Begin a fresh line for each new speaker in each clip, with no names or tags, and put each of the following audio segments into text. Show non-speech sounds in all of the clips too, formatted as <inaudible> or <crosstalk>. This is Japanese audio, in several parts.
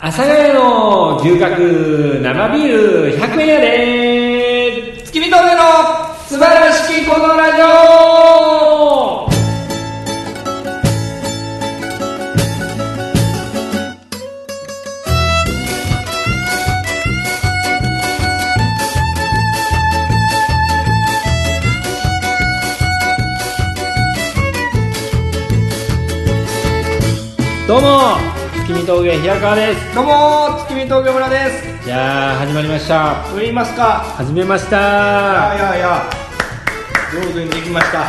阿佐ヶ谷の牛角生ビール100円やで月見峠の素晴らしきこのラジオどうも月見峠平川です
どうもー月見東京村です
いやー始まりました
売りますか
始めまし
いやい
た
やいや上手にできました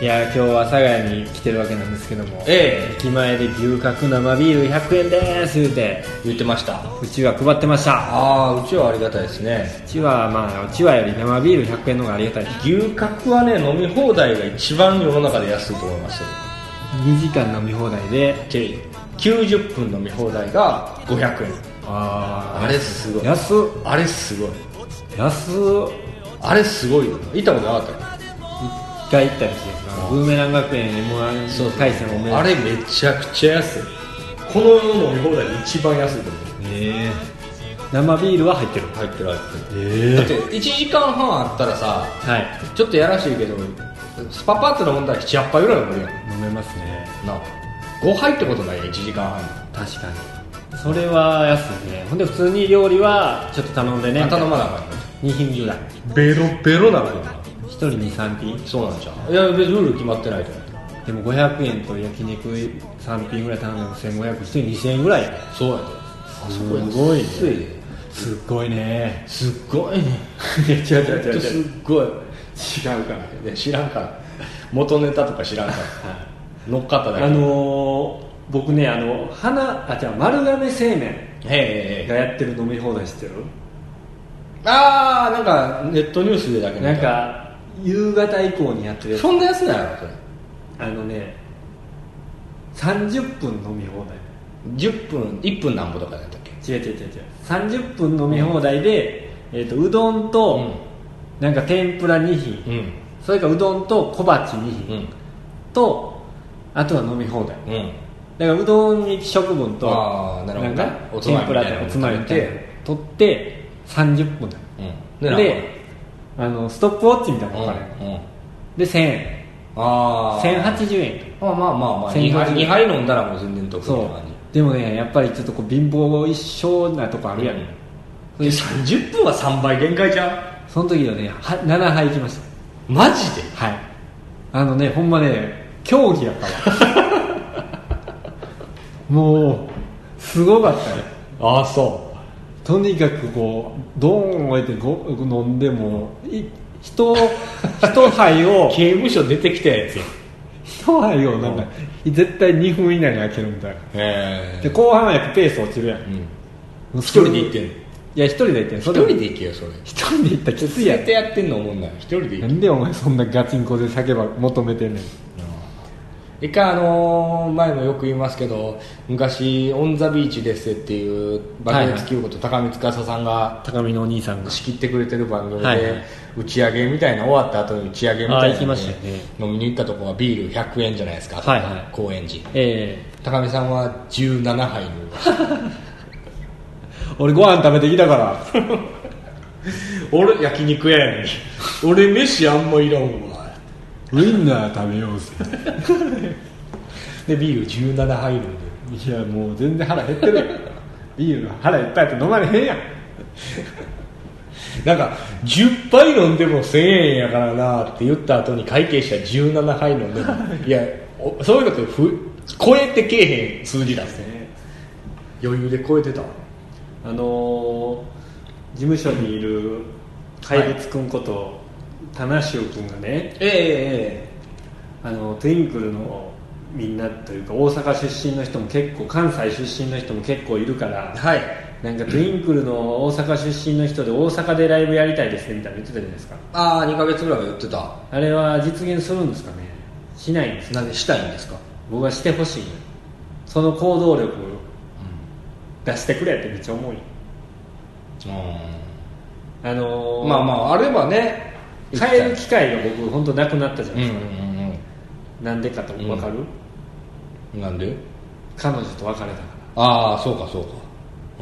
いやー今日は阿佐ヶ谷に来てるわけなんですけども
ええ
駅前で牛角生ビール100円です言うて
言ってました
うちは配ってました
ああうちはありがたいですね
うちはまあうちはより生ビール100円の方がありがたいです
牛角はね飲み放題が一番世の中で安いと思いますよ
2時間飲み放題で
で90分飲み放題が500円
あ
あれすごい
安
あれすごい
安
あれすごいよ行ったことなかったっ
一回行ったりしてさブーメラン学園 m
そう
1回戦おめ
けあれめちゃくちゃ安いこの世の飲み放題で一番安いと思う
ええ生ビールは入ってる
入ってる入ってる
え
だって1時間半あったらさ
はい
ちょっとやらしいけどスパパッツの問題78杯ぐらい飲むやん
飲めますね
な5杯ってことないや1時間半
確かにそれは安いねほんで普通に料理はちょっと頼んでね
また飲まなあかん
2品ぐらい
のベロベロなのよ
1人23品
そうなんじゃんいや別にルール決まってないと思う
でも500円と焼肉3品ぐらい頼んでも1500一人2000円ぐらいやね
そうやと
すごいね
安いです
っごいね
すっごいね
<laughs> いや違う違う違う違う
すっごい知らんからいや知らんから元ネタとか知らんから乗っかっただけ
あのー僕ねあの花あじゃあ丸亀製麺
へ
が
え
やってる飲み放題知ってる
ああなんかネットニュースでだけ見た
なんか夕方以降にやってるやつ
そんなやつなんやろそれ
あのね30分飲み放題
10分1分なんぼとかだったっけ
違う違う違う違う30分飲み放題で、えー、とうどんと、なんか天ぷら2品、
うん
それからうどんと小鉢2
う
品、
ん
とあとは飲み放題
うん
だからうどんに食分と
あーなるほどね
んか
おつま
天
み
ぷ
み
ら
たいな
と
の
お
を
つまみみたいなの取って30分だよ
うん
であのストップウォッチみたいなのがある、
うん、
で1000円
ああ
1080円
まあまあまあまあ
1080
2杯二杯飲んだらもう全然得意
そ
な
う
感
でもねやっぱりちょっとこう貧乏一生なとこあ
じ
るやん、
うんで30分は3倍限界じゃ
その時はねは7杯いきまし
んマジで
たはいあのねほんまね競技や
<laughs>
ったわもうすごかったね
ああそ
とにかくこうドーン置いてご飲んでもい人一杯
<laughs>
を
刑務所出てきたやつや
一杯をなんか絶対2分以内に開けるみたいな
へ
で後半はやっぱペース落ちるやんも
う
う
ん一人で行ってんの
いや一人で行ってん
一
それ
人
も
で行けよそれ
一人で行ったらきついや
連れ
ん
てやってんの思んない一人で行け
なんでお前そんなガチンコで酒ば求めてんねん
一回あのー前もよく言いますけど昔「オン・ザ・ビーチです」っていう番組月うこと高見司さんが
高見のお兄さんが
仕切ってくれてる番組で、
はいはい
打ち上げみたいな終わった後に打ち上げみたい
あ行
な
き
の
ま
に、
したよね
飲みに行ったとこはビール100円じゃないですか、
はいはい
高円寺
え
高見さんは17杯飲みました
え俺ご飯食べてきたから
<laughs> 俺焼肉やねん俺飯あんまいらんわ
ウインナー食べようぜ
でビール17杯飲んで
いやもう全然腹減ってるやんビール腹いっぱいやって飲まれへんやん
なんか10杯飲んでも1000円やからなって言った後に会計したら17杯飲んでも <laughs> いやおそういうのってふ超えてけえへん数字だっすね余裕で超えてたわ
あのー事務所にいる怪物くんこと、棚潮くんがね、
えええ
あのトゥインクルのみんなというか大阪出身の人も結構関西出身の人も結構いるから
はい
なんかトゥインクルの大阪出身の人で大阪でライブやりたいですねみたいなの言ってたじゃないですか
ああ2ヶ月ぐらいは言ってた
あれは実現するんですかねしないんですか
なんでしたいんですか、
僕はしてほしいのよその行動力を出してくれってめっちゃ思うよあのー
まあまああればね
変える機会が僕本当なくなったじゃ
う
なんいで
う
すか、
ん
なんでかと分かる、
うんなんで
彼女と別れたから
ああそうかそうか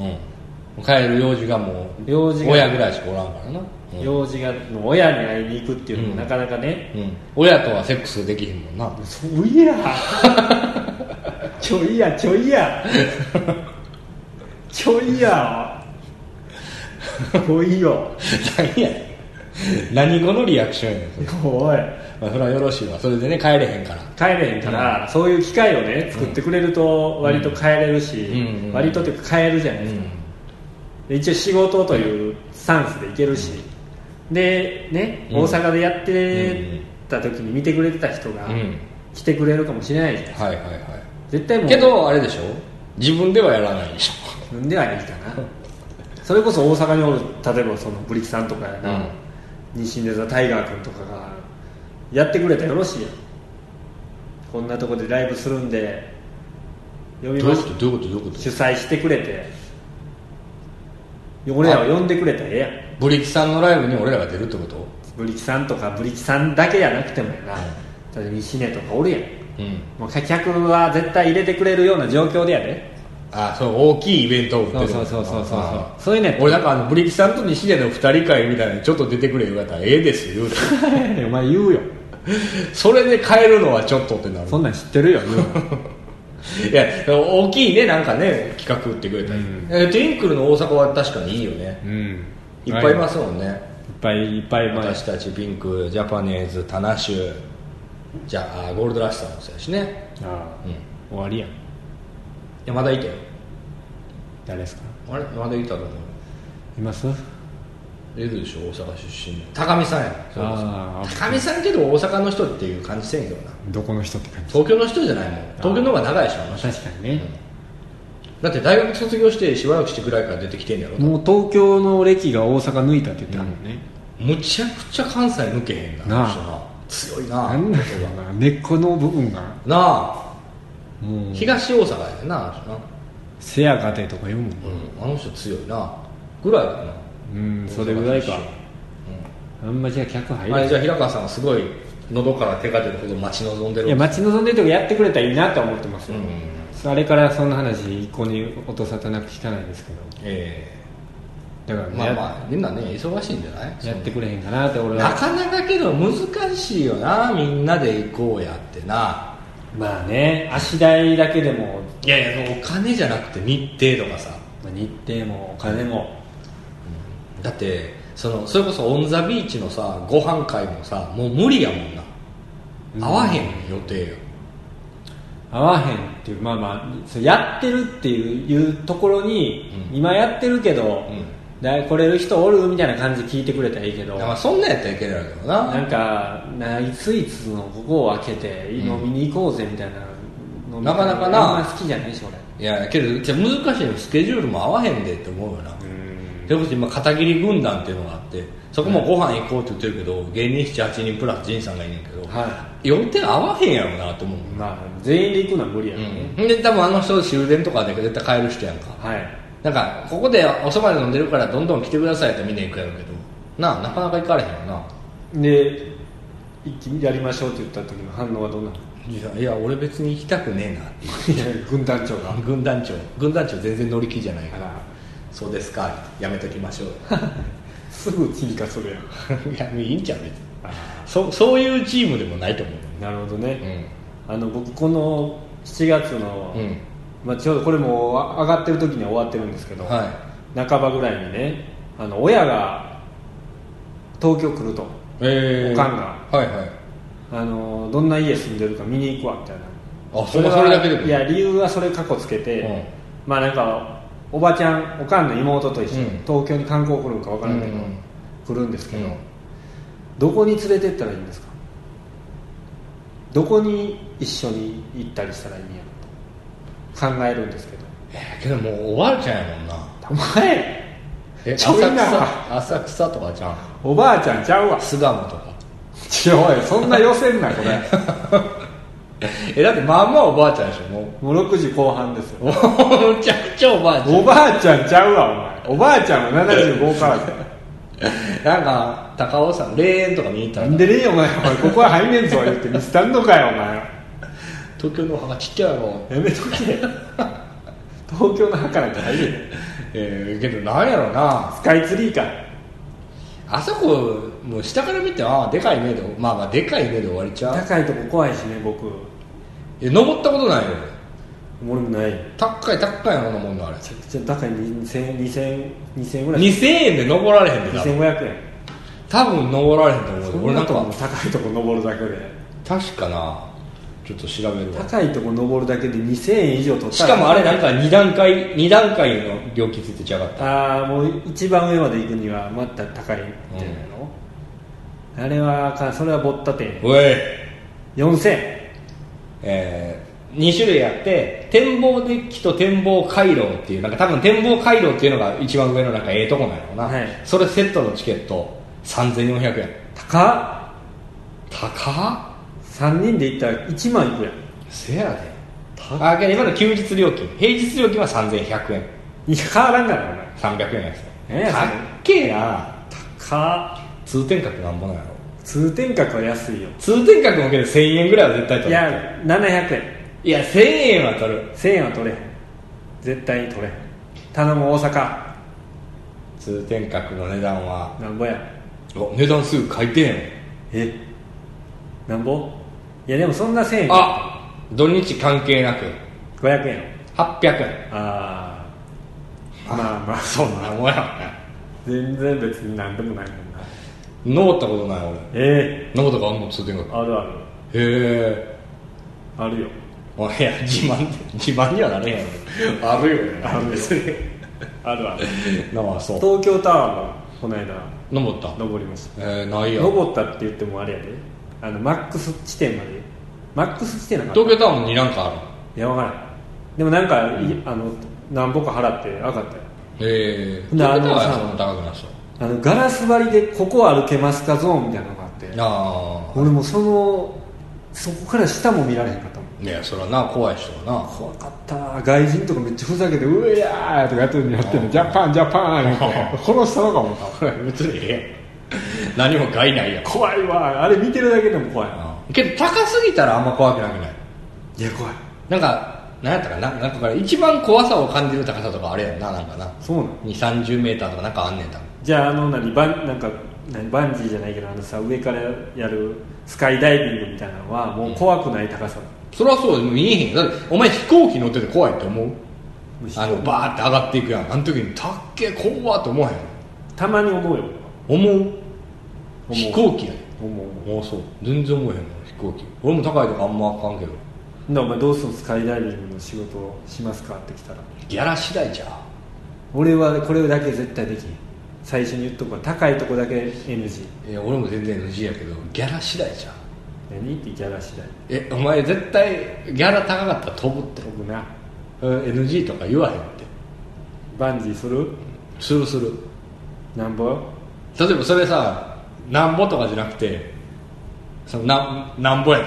うん帰る用事がもう
用事が
親ぐらいしかおらんからな、うん
用事がもう親に会いに行くっていうのも
うん
なかなかね、
うん親とはセックスできへんもんな
そういや <laughs> ちょいやちょい
<laughs>
やちょいやおいよ
何やねん何語のリアクションやねんそれ,、
おい
まあ、それはよろしいわそれでね帰れへんから
帰れへんから、そういう機会をね作ってくれると割と帰れるし、
うんうん
割とっていうか帰るじゃないですか、で一応仕事というスタンスで行けるし、でね
うん
大阪でやってた時に見てくれてた人が
うん
来てくれるかもしれないじゃん
はいはいはい
絶対もう
けどあれでしょ自分ではやらないでしょ
自分ではないかなそれこそ大阪におる例えばそのブリキさんとかやな、
うん
西根座タイガー君とかがやってくれたらよろしいやんこんなとこでライブするんで呼び
どう
ま
いう
し
ことどういうことどういうこ
主催してくれて俺らを呼んでくれたらええやん
とブリキさんのライブに俺らが出るってこと
ブリキさんとかブリキさんだけじゃなくてもやな例えば西根とかおるやん
うん
もう客は絶対入れてくれるような状況でや <laughs> で
あそう大きいイベントを売って
そう
る
そうそうそうそう
あ
そういうね
俺なんかあのブリキさんと西出の二人会みたいなのにちょっと出てくれ言われたらええで
<laughs>
す言うて
お前言うよ
それで変えるのはちょっとってなる
そんなん知ってるよ言うの
いや大きいねなんかね企画売ってくれたり、
うん
えートゥインクルの大阪は確かにいいよね
<laughs> うん
いっぱいいますすもんね、
いっぱいいっぱいいます
私たちピンクジャパネーズタナシュじゃああーゴールドラッシュさんもそうやしね
ああ
うんい
終わりやん
やまだいて
誰ですか
あれまだいたと思う
います
いるでしょ大阪出身の高見さんやそれこそ
あー
高見さんけど大阪の人っていう感じせんけどな
どこの人って感
東京の人じゃないもん東京の方が長いでしょあの人
確かにね、
だって大学卒業してしばらくしてぐらいから出てきてんやろ
もう東京の歴が大阪抜いたって言ってたもんね、
むちゃくちゃ関西抜けへんな
なあ
あの人な強いな
なんなんだろうな根っこの部分が
なあ
もう
東大阪やでなあの人な
せやかてとか言うもん
うんあの人強いなぐらいだな
うんそれぐらいかあんまじゃあ客入
うんあれ
ら
じ
な
ゃあ平川さんはすごい喉から手が出るほど待ち望んでる
いいや待ち望んでるとかやってくれたらいいなとは思ってます
う
よ、
ん
あれからそんな話一向に音沙汰なく聞かないですけど
え
だから
え
ね
ま
や
あまあみんなね忙しいんじゃない
やってくれへんかなって俺
な
は
かなかけど難しいよなみんなで行こうやってな
まあね足代だけでも、
いやいやお金じゃなくて日程とかさ
まあ日程もお金も
だってそのそれこそオン・ザ・ビーチのさご飯会もさもう無理やもんな
うん
合わへん予定が
合わへんっていうまあまあそうやってるっていういうところに、
うん
今やってるけど、
うん
だ来れる人おるみたいな感じで聞いてくれたらいいけど
だからそんなんやったらいけるやろうけどな
なんかないついつのここを開けて
うん
飲みに行こうぜみたいなの
なかなかな
あんま好きじゃないし俺
いやけどじゃあ難しいよスケジュールも合わへんでって思うよな
うん
それこそ今片桐軍団っていうのがあってそこもご飯行こうって言ってるけど芸人78人プラス仁さんがいるんけど、
は
予定合わへんやろうなと思う、
いまあ全員で行くのは無理やろ
うん
ね、
で多分あの人終電とかで絶対帰る人やんか
はい
なんかここでおそばで飲んでるからどんどん来てくださいってみんな行くやろうけどなあなかなか行かれへんよな
で一気にやりましょうって言った時の反応は <laughs> どんなの
いやいや俺別に行きたくねえ
いや軍団長が <laughs>
な軍団長軍団長全然乗り気じゃない
あ
から
ら
そうですかやめときましょう
すぐ沈下するやん
<laughs> いやいいんちゃう別にそそういうチームでもないと思う
なるほど
う
ね、
ん
あの僕この7月の、
うん
まあ、ちょうどこれもう上がってる時には終わってるんですけど、
は
半ばぐらいにねあの親が東京来ると
いえ
おかんが
はいはい
あのどんな家住んでるか見に行くわみたいな
あそれはそれだけでも
いや理由はそれ過去つけて、
うん
まあなんかおばちゃんおかんの妹と一緒に
うん
東京に観光来るんか分からんけど、
うん
来るんですけど、
うん
どこに連れてったらいいんですかどこに一緒に行ったりしたらいいんやろと考えるんですけど
えーけどもうおばあちゃんやもんな
お前
え
ちょ
浅
いな
草浅草とかじゃん
おばあちゃんちゃうわ
巣鴨とか
ちょいそんな寄せんなこ <laughs> れ
えだってまあまあおばあちゃんでしょもう
もう6時後半です
<laughs>
よ
むちゃくちゃおばあちゃん
おばあちゃんちゃうわお前おばあちゃんは75からだ
なんか高尾山霊園とか見に行った
なん
ら
でねえよお前お前ここは入んねんぞ言って見せたんのかよお前
東京のお墓ちっちゃいやろ
やめとけ東京の墓なんかないよ
えーけどなんやろな
スカイツリーか
あそこもう下から見てああでかい目でまあまあでかい目で終わりちゃう
高いとこ怖いしね僕
いや登ったことないよ
俺もないめ
高い高いようなもんのあれ
ちゃくちゃ高い2000 2000 2000円ぐらい
2000円で登られへんで多分
2500円
多分登られへんと思うよ
俺
俺
な
なんん
か
か
もう高いとこ登るだけで
確かなちょっと調べるわ
高いとこ登るだけで2000円以上取った
しかもあれなん
か
か2段階二段階の料金ついてちゃうかった
ああもう一番上まで行くにはまた高いんじゃないの、あれはかそれはぼったてん
おい
4000円
えー、2種類あって展望デッキと展望回廊っていうなんか多分展望回廊っていうのが一番上のなんかええとこなんやろうな、
はい
それセットのチケット3400円
高
高っ
3人で行ったら1万いくやん
せやで
高
あけど今の休日料金平日料金は3100円
いや変わらんからお前
300円やつ
ええ
かっけえな
高
通天閣なんぼなんやろ
通天閣は安いよ
通天閣もけど1000円ぐらいは絶対取る
いや700円
いや1000円は取る
1000円は取れへん絶対に取れへん頼む大阪
通天閣の値段は
なんぼや
お値段すぐ書いてんやん
えなんぼいやでもそんな1000円
あ土日関係なく
500円
800円
ああまあまあそうな
あもうや
全然別に何でもないもんな
登ったことない俺
え
登ったかあんの通天閣
え
へ
あるあるあ
え
るよ
おいや自慢で自慢にはなれへんやろあるよね
あるよあるあ <laughs> る
なあそう
東京タワーもこの間
登った
登りまし
えー、ない
た
や
登ったって言ってもあれやであのマックス地点までマックス地点なかった
東京タワーも2段階あ
いやわからんでもなんか、いあの何歩か払って上がったよ
るへえ東京
な
タ
あ
ワ
の
ーは
さ
そんな高くないでしょ
あのガラス張りでここ歩けますかゾーンみたいなのがあって
あ
俺もそのそこから下も見られへんかったもん
あいやそらな怖い人はな
怖かった外人とかめっちゃふざけて「うえやー」とかやってるのにやってるのジャパンジャパン」なんて殺したのかも
これ別にええやん何も害ないやん
怖いわあれ見てるだけでも怖い
けど高すぎたらあんま怖くなくない
いや怖い
なんかなんやったかななんかこれ一番怖さを感じる高さとかあれやんななんかな
そうなの
2 3 0メーターとかなんかあんねん多分
じゃああの何バンなんか何バンジーじゃないけどあのさ上からやるスカイダイビングみたいなのはもう怖くない高さ、
それはそう見えへんよだってお前飛行機乗ってて怖いって思う
むしろ
あのバーって上がっていくやんあの時にたっけ怖って思わへん
たまに思うよ
思う
う
飛行機や
思う思う
であそう全然思えへんの飛行機俺も高いとかあんまあかんけど
なお前どうすんのスカイダイビングの仕事をしますかって来たら
ギャラ次第じゃん
俺はこれだけ絶対できん最初に言っとくわ高いとこだけ NG
いや俺も全然 NG やけどギャラ次第じゃん
何ってギャラ次第
えお前絶対ギャラ高かったら飛ぶって
僕な
え NG とか言わへんって
バンジーする
するする
なんぼ
例えばそれさなんぼとかじゃなくてそのななん <laughs> ぼや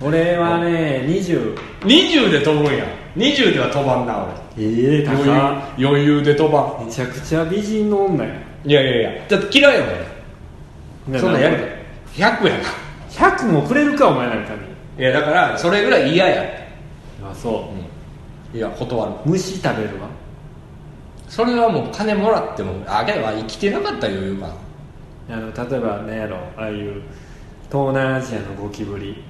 と
俺はね20
20で飛ぶんや20では飛ばんな
ええ
俺余裕余裕で飛ば
めちゃくちゃ美人の女や
んいやいやいやだって嫌いやもん俺そんなんやるか100やな
100もくれるかお前なんかに
いやだからそれぐらい嫌やって
あそ
いや断る
う虫食べるわ
それはもう金もらってもあげれば生きてなかったら余裕か
あ
な
の例えば何やろああいう東南アジアのゴキブリ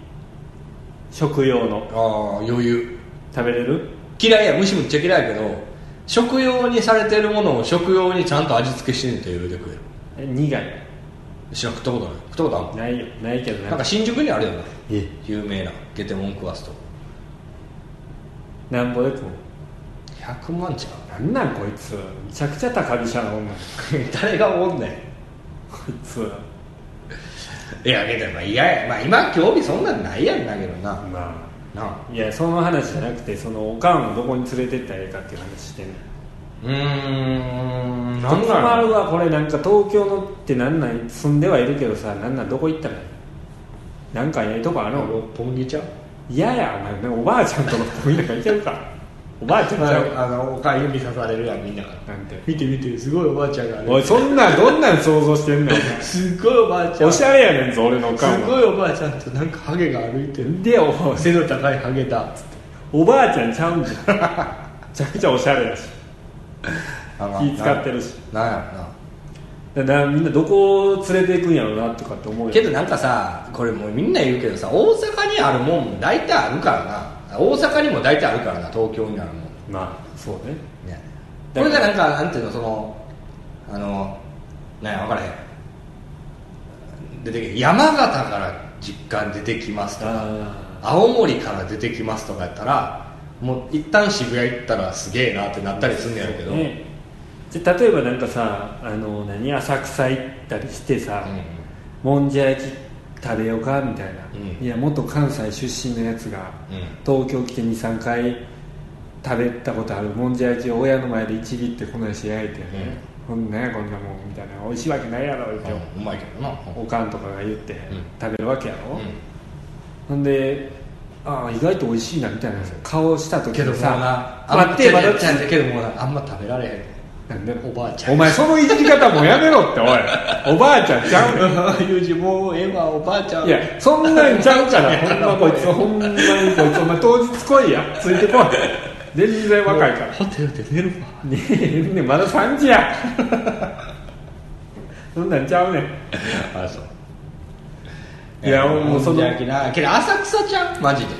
食用の
ああ余裕
食べれる
嫌いや虫むっちゃ嫌いやけど食用にされてるものを食用にちゃんと味付けしてんと余裕で食え
え
る
苦い
知らん食ったことない食ったことあんの
ないよないけど
なんか新宿にあるよね
え
有名なゲテモン食わすと
なんぼで食う
100万ち
な
ゃ
んなんこいつめちゃくちゃ高飛車な女こ
う <laughs> 誰がおんね
いつ
んいやけどまあ嫌やまあ今興味そんなんないやんだけどなな
ま
あ
あいやその話じゃなくてそのおかんをどこに連れてったらええかっていう話してんねん
うーんなん
困
な
る
の
わこれなんか東京のってなんなん住んではいるけどさなんなんどこ行ったらいいなんかええとこあるの
六本木ちゃう
嫌やお前ねおばあちゃんとのコンビなんか行けるかおばあちゃんちゃう
あのおかゆ指さされるやんみんなから
なんて
見て見てすごいおばあちゃんがあ
おい
れ
そんなんどんなん想像してんねんお
すごいおばあち
前
ゃ
お
ん
しゃれやねんぞ俺のおかん
すご
はい
おばあちゃんとなんかハゲが歩いてる
でお
背の高いハゲだ <laughs>
おばあちゃんちゃうんじゃんちゃくちゃおしゃれだし
あまあ
気使ってるし
ななんや
だ
ろな
からみんなどこを連れていくんやろうなとかって思うよ
けどなんかさこれもうみんな言うけどさ大阪にあるもんも大体あるからな大阪にも大体あるからな東京にあるもん
まあそうね
ね
だ
こ
から
れがなんかなんていうのそのあのなんや分からへん出てけ山形から実家に出てきますとか
あ
青森から出てきますとかやったらもう一旦渋谷行ったらすげえなってなったりすんねやろうけど、
ねで例えばなんかさあの何浅草行ったりしてさ、もんじゃ焼き食べようかみたいな、
うん
いや元関西出身のやつが、東京来て23回食べたことあるもんじゃ焼きを親の前で一切ってこないし焼いてね、こんなんやこんなもんみたいな美味しいわけないやろって、
うんうんうまいけどな、うん
おかんとかが言って
ん
食べるわけやろ、
うん
ほんでああ意外と美味しいなみたいな顔した時
けど
に
もう
さ
なあん
待
ま
ってまだ
ちゃんけどもうなあんま食べられへん
なんで
おばあちゃん
お前そのいじり方もうやめろっておいおばあちゃんちゃうねん
友人もうええわおばあちゃん
いや、そんなんちゃう
<laughs>
から、ほんまこいつ、ほんまにこいつ、お前当日来いや、ついてこい。全然若いから。
ホテルで寝るわ
ねえ、ねえまだ3時や。 <laughs> そんなんちゃうねん。
あそう
いや俺もうその
んじゃ焼きなけど浅草ちゃんマジで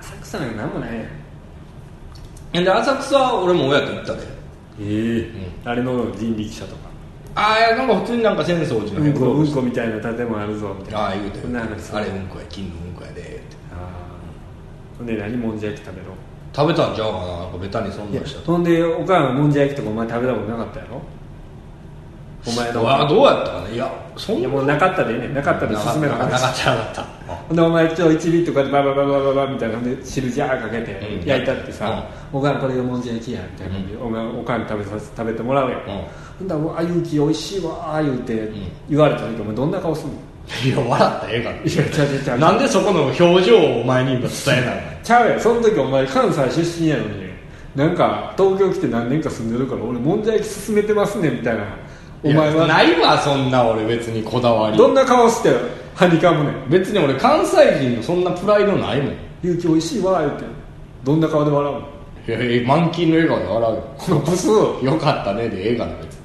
浅草なんかなんもないやん。
で浅草は俺も親と行ったで
ええあれの人力車とか。
ああいやなんか普通になんか浅草寺の
うんこ、うん
う
こみたいな建物あるぞ、みたいな。
ああ言うて
そんな話する
あれうんこや金のうんこやでって
あーほんで、何もんじゃ焼き食べろ。
食べたんちゃうかななんかベタにそんなんしたと
ほんで、お母さんもんじゃ焼きとかお前食べたことなかったやろお前の。
ああどうやったかねいやそ
い
ん
や
な
もうなかったでいいねんなかったで進めな
な
か
か
っ
った
た
なかったなかった
ほんでお前ちょ1ビートかでババババババみたいなほんで汁ジャーかけ
う
て
ん
焼いたってさ、おかんこれがもんじゃ焼きやみたいな感じで、お前おかん食べさせ食べてもらうやん、
うん
ほんだらもう「あゆうきおいしいわ」言うて
ん
言われた時お前どんな顔すんの
いや笑ったらええか
いやちゃうちゃうちゃ
ら
う
なんでそこの表情をお前に今伝えない
ちゃうやんその時お前関西出身やのになんか東京来て何年か住んでるから俺もんじゃ焼き進めてますねみたいなお前
いや
は
ないわそんな俺別にこだわり
どんな顔してはにかむねん
別に俺関西人のそんなプライドないもんい
「ゆうきおいしいわ」言うてどんな顔で笑うの
やいや満金の笑顔で笑うよ
このブスを
よかったねでええから別に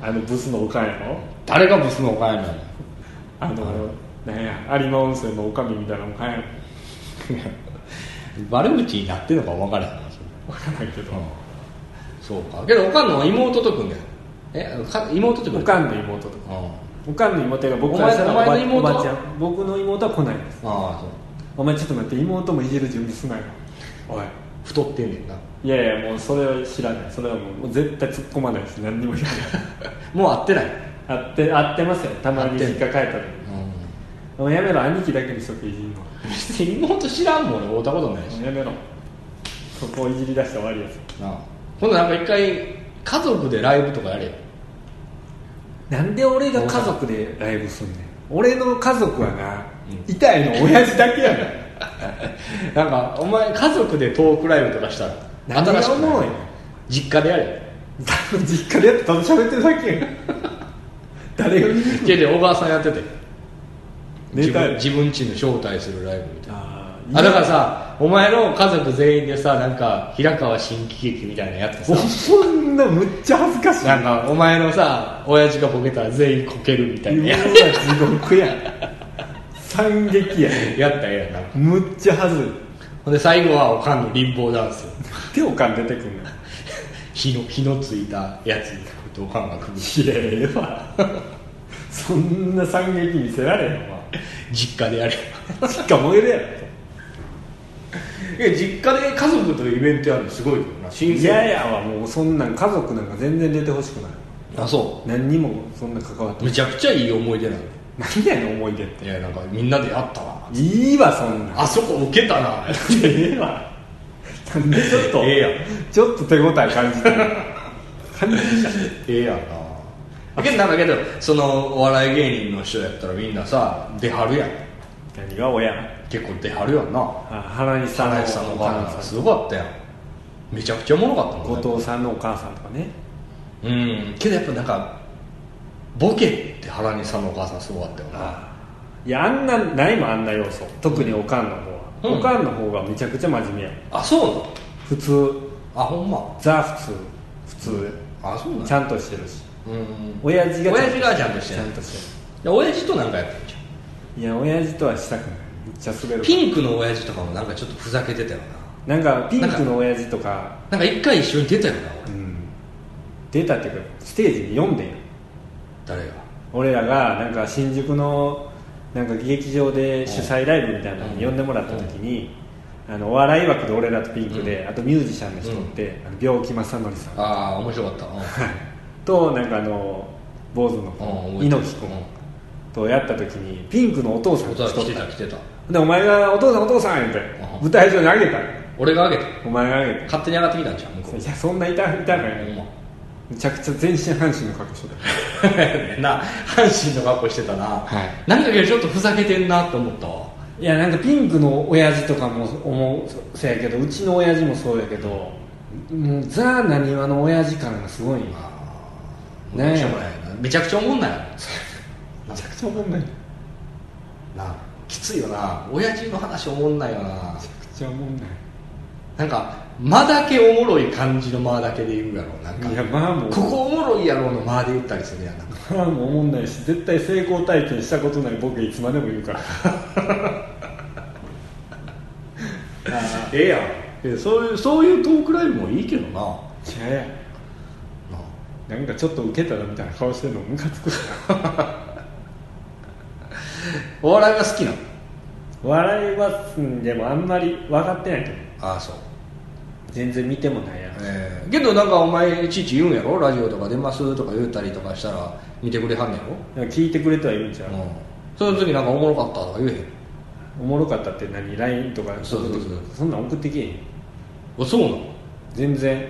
あのブスのおかんやろ
誰がブスのおかんやねん
あの、なんや有馬温泉のおかみみたいなおかんやろ
悪口になってんのか分からへんなそれ
わからないけど、
そうかけどおかんのは妹と組んだよえか妹と組
お
んだ
か
よ
んの妹とか
あ
おかんの妹が僕から
お前
したら
お前の
ば
妹
おばちゃん僕の妹は来ないです
あああそう
お前ちょっと待って妹もいじる準備すなよおい
太ってんねんない
やいやもうそれは知らないそれはもう絶対突っ込まないし何にも言わ
もう会ってない、
ないあってあってますよたまに
会
実家
ってん
帰った時にお前やめろ兄貴だけにしとけいじんの
別に妹知らんもん俺会ったことないし
お前やめろそこをいじり出して終わりやつ
なあ今度なんか一回家族でライブとかやれよ
なんで俺が家族でライブすんねん俺の家族はな、痛いの親父だけやねん
<laughs> なんかお前家族でトークライブとかしたら
何が
新しく
おもろい
ない
の
実家でやれ
多分実家でやってただ喋ってるだけやん誰より
いやいやおばあさんやっ
<laughs>
てて
ネ
自
タ
分
や
自分家の招待するライブみたいな
あ
あだかららさお前の家族全員でさなんか平川新喜劇みたいなや
<laughs>
つさ
そんなむっちゃ恥ずかしい
なんかお前のさ親父がボケたら全員こけるみたいなや
うわ地獄やん惨劇やん
やったらええやんな
むっちゃ恥ずい
ほんで最後はおかんの貧乏ダンス
手をかん出てくんの
火の火のついたやつにかくとおかんが首
きれいわそんな惨劇見せられへんわ
実家でやれ
実家燃えるやろ
いや実家で家族とイベントやるのすごいよな新
いやいやはもうそんなん家族なんか全然出てほしくない
あそ
何にもそんな関わって
うめちゃくちゃいい思い出なの
何やねん思い出って
いやなんかみんなでやったわ
いいわそんなん
あそこ受けたな
ええわなんでちょっと、
ええやん
ちょっと手応え感じてる <laughs> 感じた
ええやんなけどなんかけどそのお笑い芸人の人やったらみんなさ出はるやん
何が親
結構出はるやんな
あ原西さんの
花井さんのお母さん
お
が
母
すごかったやんめちゃくちゃおもろかったもんね
後藤さんのお母さんとかね
うんけどやっぱなんかボケって原西さんのお母さんすごかったよない
やあんなないもんあんな要素特におかんの方は、
うん
おかんの方がめちゃくちゃ真面目やん
あそうなの
普通
ああほんま
ザ普通普通
あそうなん
ちゃんとしてるし
うん
親父が
親父がちゃんとして
ち
な
ゃ
い
んとして
で親父となんかやってんじゃ
るいや親父とはしたくないめっちゃ滑る
んピンクの親父とかもなんかちょっとふざけてたよ
なんかピンクの親父とか
ななんか一回一緒に出たよな
う
俺
ん出たっていうかステージに読んでんよ
誰が
俺らがなんか新宿のなんか劇場で主催ライブみたいなのに呼んでもらった時に、あのお笑い枠で俺らとピンクで、あとミュージシャンの人って、あの病気正則さん
ああ面白かったう
となんかあの坊主の子
んうん覚えてる
猪木君とやった時にピンクのお父さ
うんん
が
来
来
て
と
た
っ
来てた
たでお前が「お父さんお父さん」言って
うん
舞台上にあげた
俺が上げた
お前があげて
勝手に上がってきたんじゃん向こう
いやそんな痛い痛いない
ほんま <laughs>
めちゃくちゃ全身半身の格好して
な阪神の格好してたな、
はい
なんかちょっとふざけてんなと思ったわ
たいやなんかピンクの親父とかも思うそそうやけどうちの親父もそうやけどもうザ・なにわの親父感がすごいよねえ
しょうもないなめちゃくちゃおもんない
めちゃくちゃ思んないめ
なきついよな親父の話おもんないよな
ちゃくちゃ思んない
なんか間だけおもろい感じの間だけで言うやろなんか
いやまあもう
ここおもろいやろの間で言ったりするやんなんか
まあもう思んないし絶対成功体験したことない僕いつまでも言う <laughs> からあ
ええやんえそういうそういうトークライブもいいけどなな
あいやいやなんかちょっとウケたらみたいな顔してるのムカつくし <laughs> な
お笑いが好きなの
笑いはうんでもあんまり分かってないと思う
ああそう
全然見てもないやん
ええけどなんかお前いちいち言うんやろラジオとか出ますとか言ったりとかしたら見てくれはんねやろ
なんか聞いてくれとは言うんちゃう、
うんその時なんかおもろかったとか言えへん
おもろかったって何 LINE とか
そうそうそう
そんなん送ってきえへん
あそうなの
全然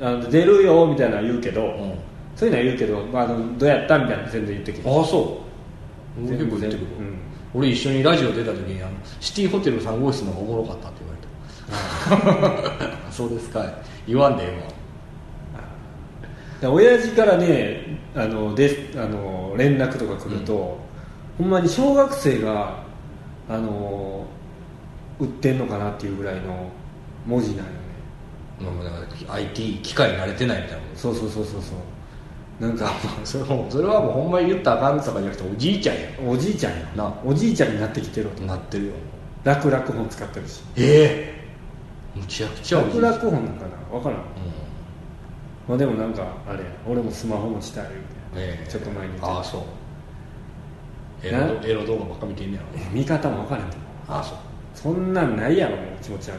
あの出るよみたいなの言うけど、
うん
そういうのは言うけど、まあ、あのどうやったみたいなの全然言ってきえへん
ああそう
全
結
然
構言ってくる、
うん
俺一緒にラジオ出た時にあのシティホテル3号室の方がおもろかったって言われた <laughs> そうですかい言わんでえ
だから親父からねあのであの連絡とか来ると、ほんまに小学生があの売ってんのかなっていうぐらいの文字なんよね
えわもうなんか IT 機械に慣れてないみたいなもん
そうそうそうそうそうなんか
それはもうそれはもうほんまに言ったらあかんとかじゃなくておじいちゃんや
おじいちゃんや
な
おじいちゃんになってきてるわ
なってるよ
楽々本使ってるし
ええむちゃくちゃお
楽
じいちゃん、
々本なんかな分からん、まあ、でもなんかあれ俺もスマホ持ちたいみ
うん
たいな、
ええ
ちょっと前に
ああそうエロ
な
エロ動画ばっか見てんねやろ
え見方も分からんけど
ああそう
そんなんないやろもう気持ち悪い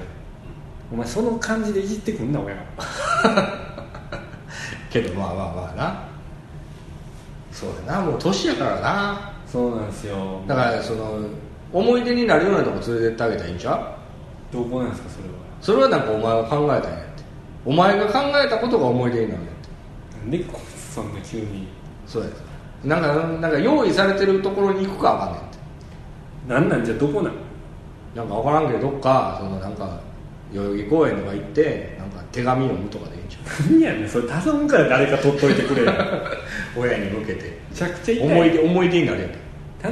お前その感じでいじってくんな親が
けどまあまあまあなそうだなもう年やからな
そうなんですよ
だからその思い出になるようなとこ連れてってあげたらいいんちゃ
どこなんですかそれは
うそれはなんかお前が考えたんやってお前が考えたことが思い出になるんやって
なんでこいつそんな急に
そうやなんかなんか用意されてるところに行くかあかんねんって
なんなんじゃどこなん
なんか分からんけどどっかそのなんか代々木公園とか行ってなんか手紙読むとかでいいんちゃ
<laughs> 何やねんそれ頼むから誰か取っといてく <laughs> れよめ
う親に向けて
ちゃくちゃ痛い
思い出思い出になるやん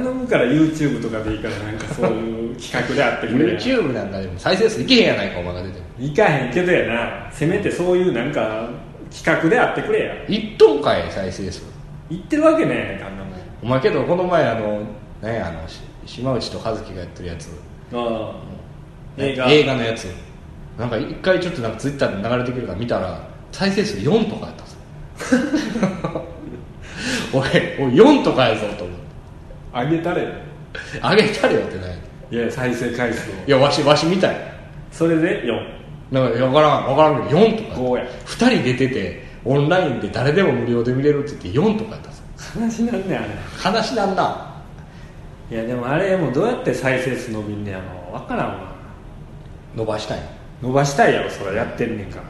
頼むから YouTube とかでいいからなんかそういう企画であってくれ <laughs> や
YouTube なんかでも再生数いけへんやないかお前が出ても
いかへんけどやなせめてそういうなんか企画であってくれや
一等かい再生数
言ってるわけねえあんなもん
お前けどこの前あの何やあのし島内と和樹がやってるやつ
ああ映画
のやつなんか一回ちょっとなんかツイッターで流れてくるから見たら再生数4とかやったぞ <laughs> おいおい4とかやぞと思って
あげたれよ
あげたれよってない
いや再生回数を
いやわしわしみたい
それで
なんか分からん分からんけど4とか
45や
2人出ててオンラインで誰でも無料で見れるって言って4とかやったぞ
悲しなんねんあれ
話なんない
やでもあれもうどうやって再生数伸びんねやろ分からんわ
伸ばしたい
伸ばしたいやろそれやってんねんから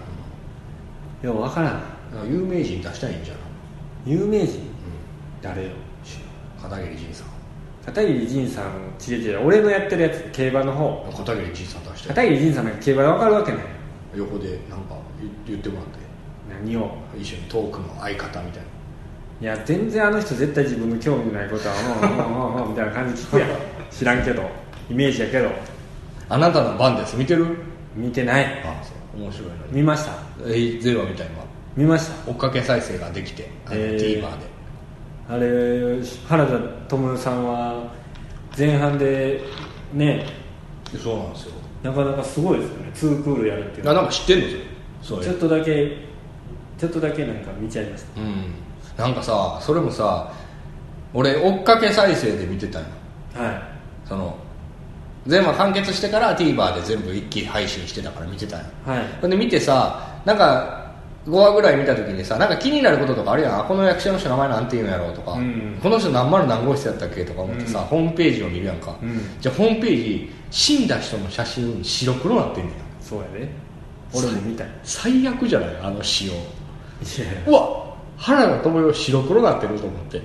でも分からん
なんか有名人出したいんじゃない
有名人誰よ
片桐仁さん
片桐仁さん違う違う俺のやってるやつ競馬の方
片桐仁さん出して
片桐仁さんなんか競馬分かるわけない
横でなんか言言ってもらって
何を
一緒にトークの相方みたい
いや全然あの人絶対自分の興味ないことはうんうんうんうんみたいな感じ聞くやん知らんけどイメージやけど
なあなたの番です見てる
見てない
あそう面白いのに
見ました
ゼロみたいな
見ました
追っかけ再生ができて、あの
えー
TVer で
あれ原田知世さんは前半でね
そうなんですよ
なかなかすごいですよねツークールやるっていうの
あ
は
なんか知ってんのそ
ちょ
れそれ
っとだけちょっとだけなんか見ちゃいました
うんなんかさそれもさ俺追っかけ再生で見てたんよ
は
その全部完結してから TVer で全部一気配信してたから見てたんよ
いはい
ほんで見てさなんか5話ぐらい見た時にさなんか気になることとかあるやんあこの役者の人名前なんて言うんやろうとか、
うん
この人何丸何号室やったっけとか思ってさ、ホームページを見るやんか、
うん
じゃあホームページ死んだ人の写真白黒なってんねん
そうやで俺も見たい
最悪じゃないあの仕様
いやいや
うわ原田知世白黒なってると思って
で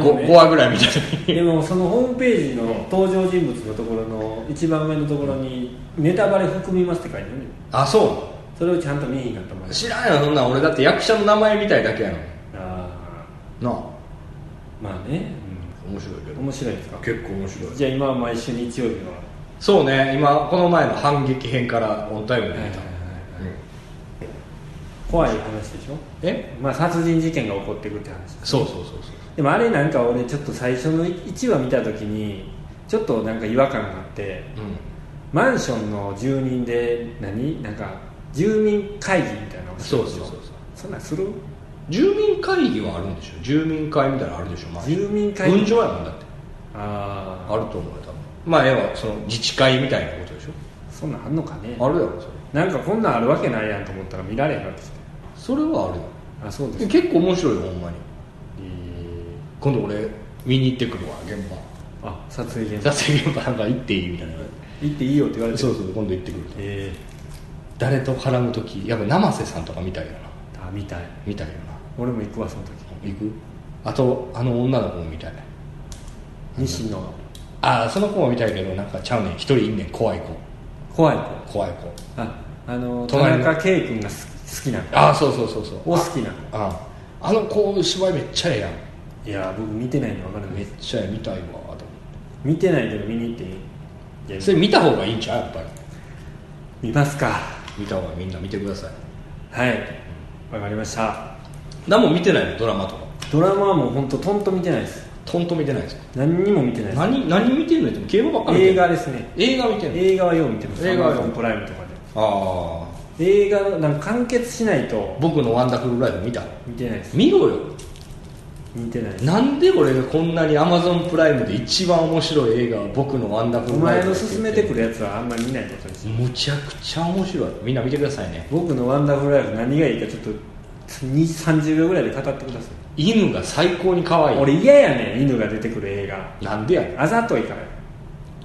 で
も
も、
ね
5, 話ぐらい見た時に
でもそのホームページの登場人物のところの一番上のところに「ネタバレ含みます」って書いてあるね
あそ
それをちゃんと見えへんかったもん
う
ね
知らんよそんなん俺だって役者の名前みたいだけやの
あ
なあ
ーまあね、
面白いけ
うん、面白いですか
結構面白い
じゃあ今は毎週日曜日は
そうね今この前の反撃編からオンタイムで見た、うん
怖い話でしょ
え
まあ殺人事件が起こってくって話
そうそうそうそう
でもあれなんか俺ちょっと最初の1話見た時にちょっとなんか違和感があって
うん
マンションの住人で何なんか住民会議みたいなのをす
そ
る
う
でし
そ
ょ
うそうそう
そんなんする
住民会議はあるんでしょ住民会みたいなのあるでしょまあ
住民会議
分譲やもんだって
あ
あ
あ
ると思うよ多分まあ要はその自治会みたいなことでし
そんなんあんのかね
ょあるやろそれ
なんかこんなんあるわけないやんと思ったら見られへんなってきて
それはあるよ
あそうです
で
か
結構面白いよほんまに
えー
今度俺見に行ってくるわ現
あ撮影現
場
場
撮影現場なんか行っていいみたいな
行っていいよって言われて
そううそう今度行ってくる
え
誰と絡む時やっぱ生瀬さんとか見たいよな
ー、あ見たい
見たいよな
俺も行くわその時
行くあとあの女の子も見たい
西野
ああその子も見たいけどなんかちゃうねん一人いんねん怖い子
怖い子
怖い子
ああの田
隣の
中圭君が好き好きなの
ああそうそうそうそう
お好きなの
あああの子芝居めっちゃええやん
いや僕見てないの分からな
め
い
っちゃええ見たいわと思って
見てないけど見に行っていいいや
それ見た方がいいんちゃうやっぱり
見ますか
見た方がみんな見てください
はいわかりました
何も見てないのドラマとか
ドラマはもう本当とんと見てないです
とんと見てないですか
何にも見てないで
何何見てんのでも競馬ばっか
す
り
映
見てんの
画ですね
映画見てんの
映画はよう見てます
映画はよう
Amazon プライムとか
ああ
で映画のなんか完結しないと
僕のワンダフルライフ見た
見てないです
見ろよ
見てないです
なんで俺がこんなにアマゾンプライムで一番面白い映画は僕のワンダフ
お
ルラ
前
イフ
の
だって
勧
言
め
って
てくるやつはあんまり見ないことにしよう
むちゃくちゃ面白いみんな見てくださいね
僕のワンダフルライフ何がいいかちょっと2 30秒ぐらいで語ってください
犬が最高に可愛い
俺嫌やねん犬が出てくる映画
なんでやねん
あざといか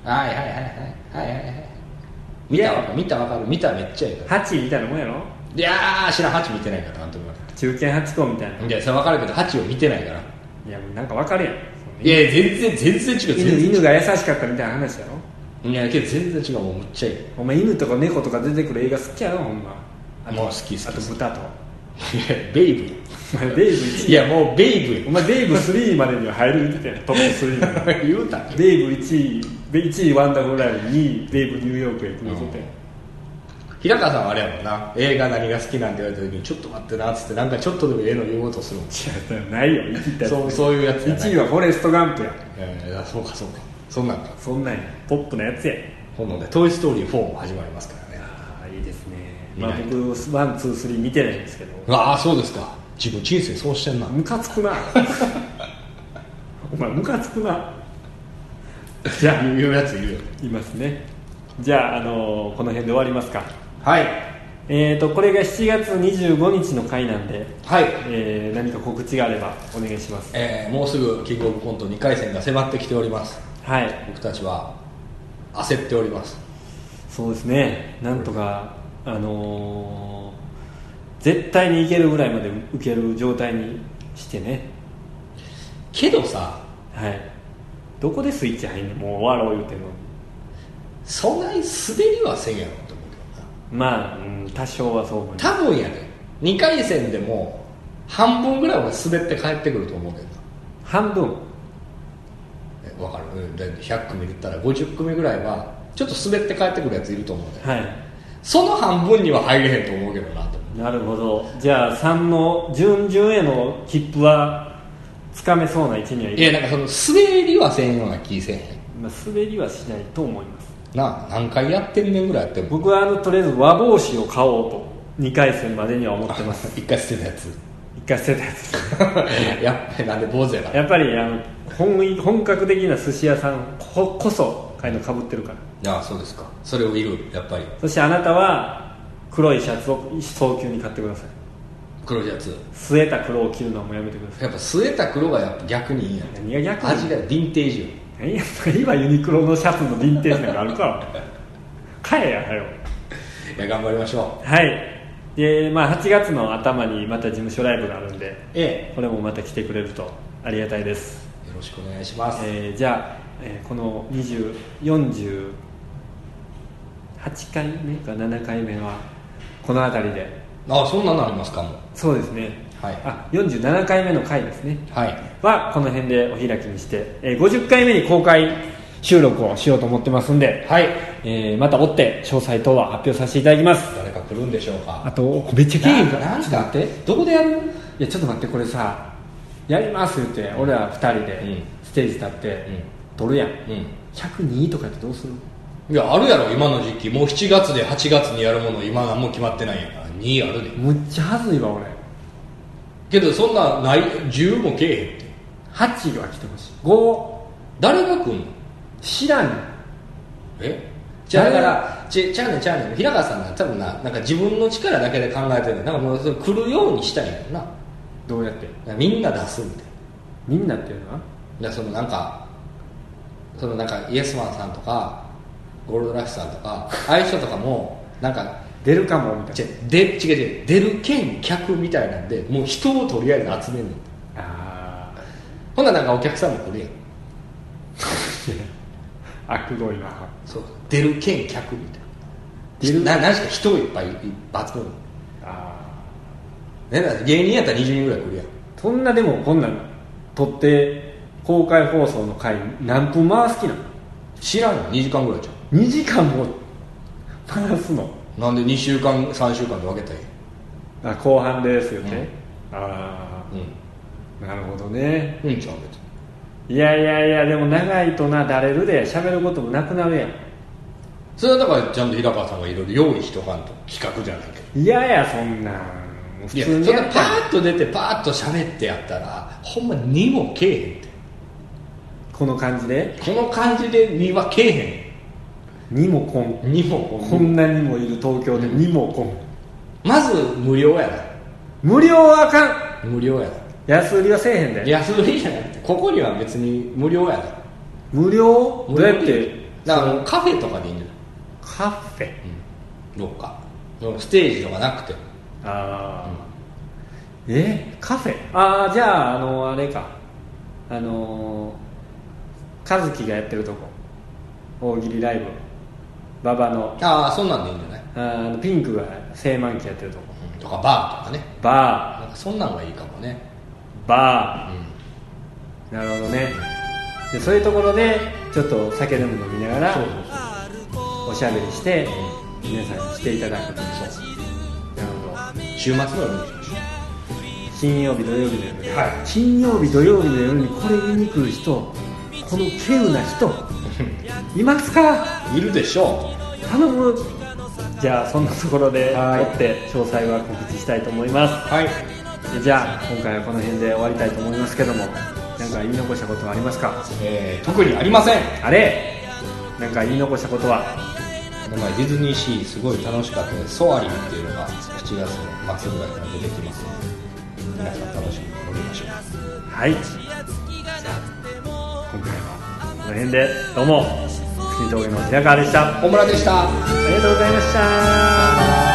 ら
はいはいはいはいはいはいはい見たわかる見たわかる見ためっちゃええから
ハチみたいなもんやろ
いやー知らんハチ見てないからなんとも言わ
中堅ハチ公みたいな
れんいやそれわかるけどハチを見てないから
いやなんかわかるやん
いや全然全然違う全
犬
然
犬が優しかったみたいな話やろ
いやけど全然違うもうむっちゃいい
お前犬とか猫とか出てくる映画好きやろほんまあと
もう好き好き
あと豚と
いやベイブ
お前デイブ1
いやもうベイブ
お前デイブ3までには入る言ってたやんトップ3まで
や <laughs> 言うたん
デイブ1位1位ワンダフルライブ2位デイブニューヨークへ行くのことやん
平川さんはあれやもんな映画何が好きなんて言われた時にちょっと待ってなっつってなんかちょっとでもええの言おうとするもん
違うないよ言い切ったやつ
そうそういうやつやない
1位はフォレストガンプや
えー、そうかそうかそんなんか
そんなんやポップなやつや
今度ね「トイ・ストーリー4」も始まりますからね
ああいいですね
見
ま
ない
あ僕ワンツースリー見てないんですけど
ああそうですか自分人生そうしてんな
ムカつくなお前ムカつくなじゃあ
いうやついるよ
いますねじゃあ、あのーこの辺で終わりますか
はい
えー、とこれが7月25日の回なんで、
はい
えー何か告知があればお願いします
えーもうすぐキングオブコント2回戦が迫ってきております
はい
僕たちは焦っております
そうですねなんとかあのー絶対にいけるぐらいまで受ける状態にしてね
けどさ
はいどこでスイッチ入んのもう終わろう言うてんのに
そんなに滑りはせんやろと思うけどな
まあ、うん、多少はそう思います
多分やね2回戦でも半分ぐらいは滑って帰ってくると思うけどな
半分
えわかるうんだいたい100組で言ったら50組ぐらいはちょっと滑って帰ってくるやついると思うね
はい
その半分には入れへんと思うけどなと思
なるほどじゃあ3の準々への切符はつかめそうな位置にはい
いやなんかその滑りはせんような気せえへん
まあ、滑りはしないと思います
なあ何回やってんねんぐらいやっても
僕はあのとりあえず和帽子を買おうと2回戦までには思ってます
<laughs> 一回捨てたやつ
1回捨てたやつ
やっぱりなんで坊主やから
やっぱりあの本意本格的な寿司屋さんここそ買いのかぶってるから
ああそうですかそれをいるやっぱり
そしてあなたは黒いシャツを早急に買ってください
黒いやつ
据えた黒を着るのはもうやめてください
やっぱ据えた黒がやっぱ逆にいいんやね
何が逆
味が
に
ヴィンテージよ
何やそれ今ユニクロのシャツのヴィンテージなんかあるから買えやはよ
いや頑張りましょう
はいでまあ8月の頭にまた事務所ライブがあるんで
え
これもまた来てくれるとありがたいです、
えよろしくお願いします、
えーじゃあ、えーこの20 48回目か7回目はこの辺りで
ああそんなのありますかもう
そうですね、
はい
あ47回目の回ですね
はい
はこの辺でお開きにして、えー50回目に公開収録をしようと思ってますんで、
はい
えーまた追って詳細等は発表させていただきます
誰か来るんでしょうか
あとめっちゃ
な
ゲー
ん
ム
か
だ
なんかってどこでやる
いやちょっと待ってこれさやりますって言って俺ら2人
う
で
ん
ステージ立って、
ん
撮るやん
うん
102とかやってどうする
いやあるやろ今の時期もう7月で8月にやるもの今何も決まってないんやから2あるで
むっちゃはずいわ俺
けどそんなない10もけえへんって
8は来てほしい5
誰が来んの
知らんよ
えじゃあだ
誰
か
が
らちちゃうねんちゃうねん平川さんな多分ななんか自分の力だけで考えてるねんなんかもうそれ来るようにしたいんやろなだか
どうやって
らみんな出すみたいな
みんなっていうのは
だからそのなんかそのなんかイエスマンさんとかゴールドラッシュさんとかああいう人とかもなんか
出るかもみたいな
違うで違う違う出る兼客みたいなんでもう人をとりあえず集めるの
あ
ほんならなんかお客さんも来るやん
あ悪どいな
そう出る兼客みたいな
出る
な何しか人をいっぱいいっぱい集めるの
あ
ねだから芸人やったら20人ぐらい来るやん
ーそんなでもこんなん撮って公開放送の回何分回す気なの
知らんよ2時間ぐらいじゃ
2時間も回すの
んなんで2週間3週間で分けたらいい
あ後半ですよね、あ
う
あなるほどね
んうんちゃう別に
いやいやいやでも長いとなだれるで喋ることもなくなるやん
それはだからちゃんと平川さんがいろいろ用意しとかんと企画じゃないけど
嫌ややそんなんもう普
いや
通に
それ
や
パ
ったら
ーッと出てパーッと喋ってやったらほんまにもけえへんって
この感じで
この感じでにはけえ
にもこん
へんにも
こんなにもいる東京でにもこん
まず無料やな
無料はあかん
無料や
安売りはせえへん
な
で
安売りじゃなくてここには別に無料やな
無料ど
無
う
料
やって
だからもうカフェとかでいいんじゃ
カフェ
ないどっかステージとかなくても
ああ、えカフェああじゃああのあれかあのー和樹がやってるとこ大喜利ライブ馬場の
ああそんなんでいいんじゃない、
あーあのピンクが正満期やってるとこ
うんとかバーとかね
バ
なんかそんなんがいいかもね
ーバ
うん
ーなるほどねでそういうところでちょっと酒でも飲みながら
そうそう
おしゃべりして皆さんにしていただくと
そう
なるほど
週末の夜にしましょ
金曜日土曜日の夜ね、
は
金曜日土曜日の夜にこれ見に来る人この稀有な人いますか
ういるでしょう
頼むじゃあそんなところで
はい
撮って詳細は告知したいと思いま
はい
すじゃあ今回はこの辺で終わりたいと思いますけどもなんか言い残したことはありますか
えー、特にありません
あれなんか言い残したことは
この前ディズニーシーすごい楽しかったですソアリンっていうのが7月の末ぐらいから出てきますので皆さん楽しみに乗りましょう
はいじゃあ今回はこの辺でどうも月峠の平川でしたあ
小村でした
りがとうございました